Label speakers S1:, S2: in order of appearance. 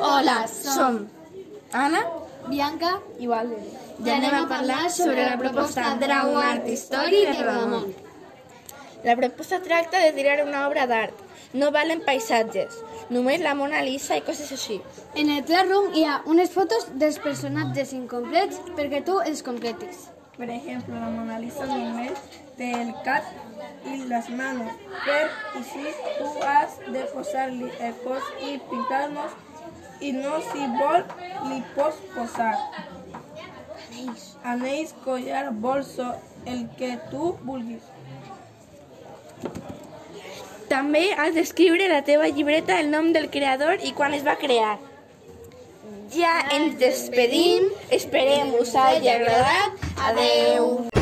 S1: Hola, som
S2: som Anna
S1: Bianca
S2: i Valder.
S1: i
S2: Ja anem a parlar sobre la proposta Draw Art Story de Ramon. La proposta tracta de tirar una obra d'art. No valen paisatges, només la Mona Lisa i coses així.
S1: En el Classroom hi ha unes fotos dels personatges incomplets perquè tu els completis.
S3: Por ejemplo, la Mona Lisa només té el cap i les manos, per i si tu has de posar-li el cos i pintar-nos i no si vol li pots posar. Anells, collar, bolso, el que tu vulguis.
S2: També has d'escriure a la teva llibreta el nom del creador i quan es va crear. Ja ens despedim, esperem us hagi agradat. Adeu!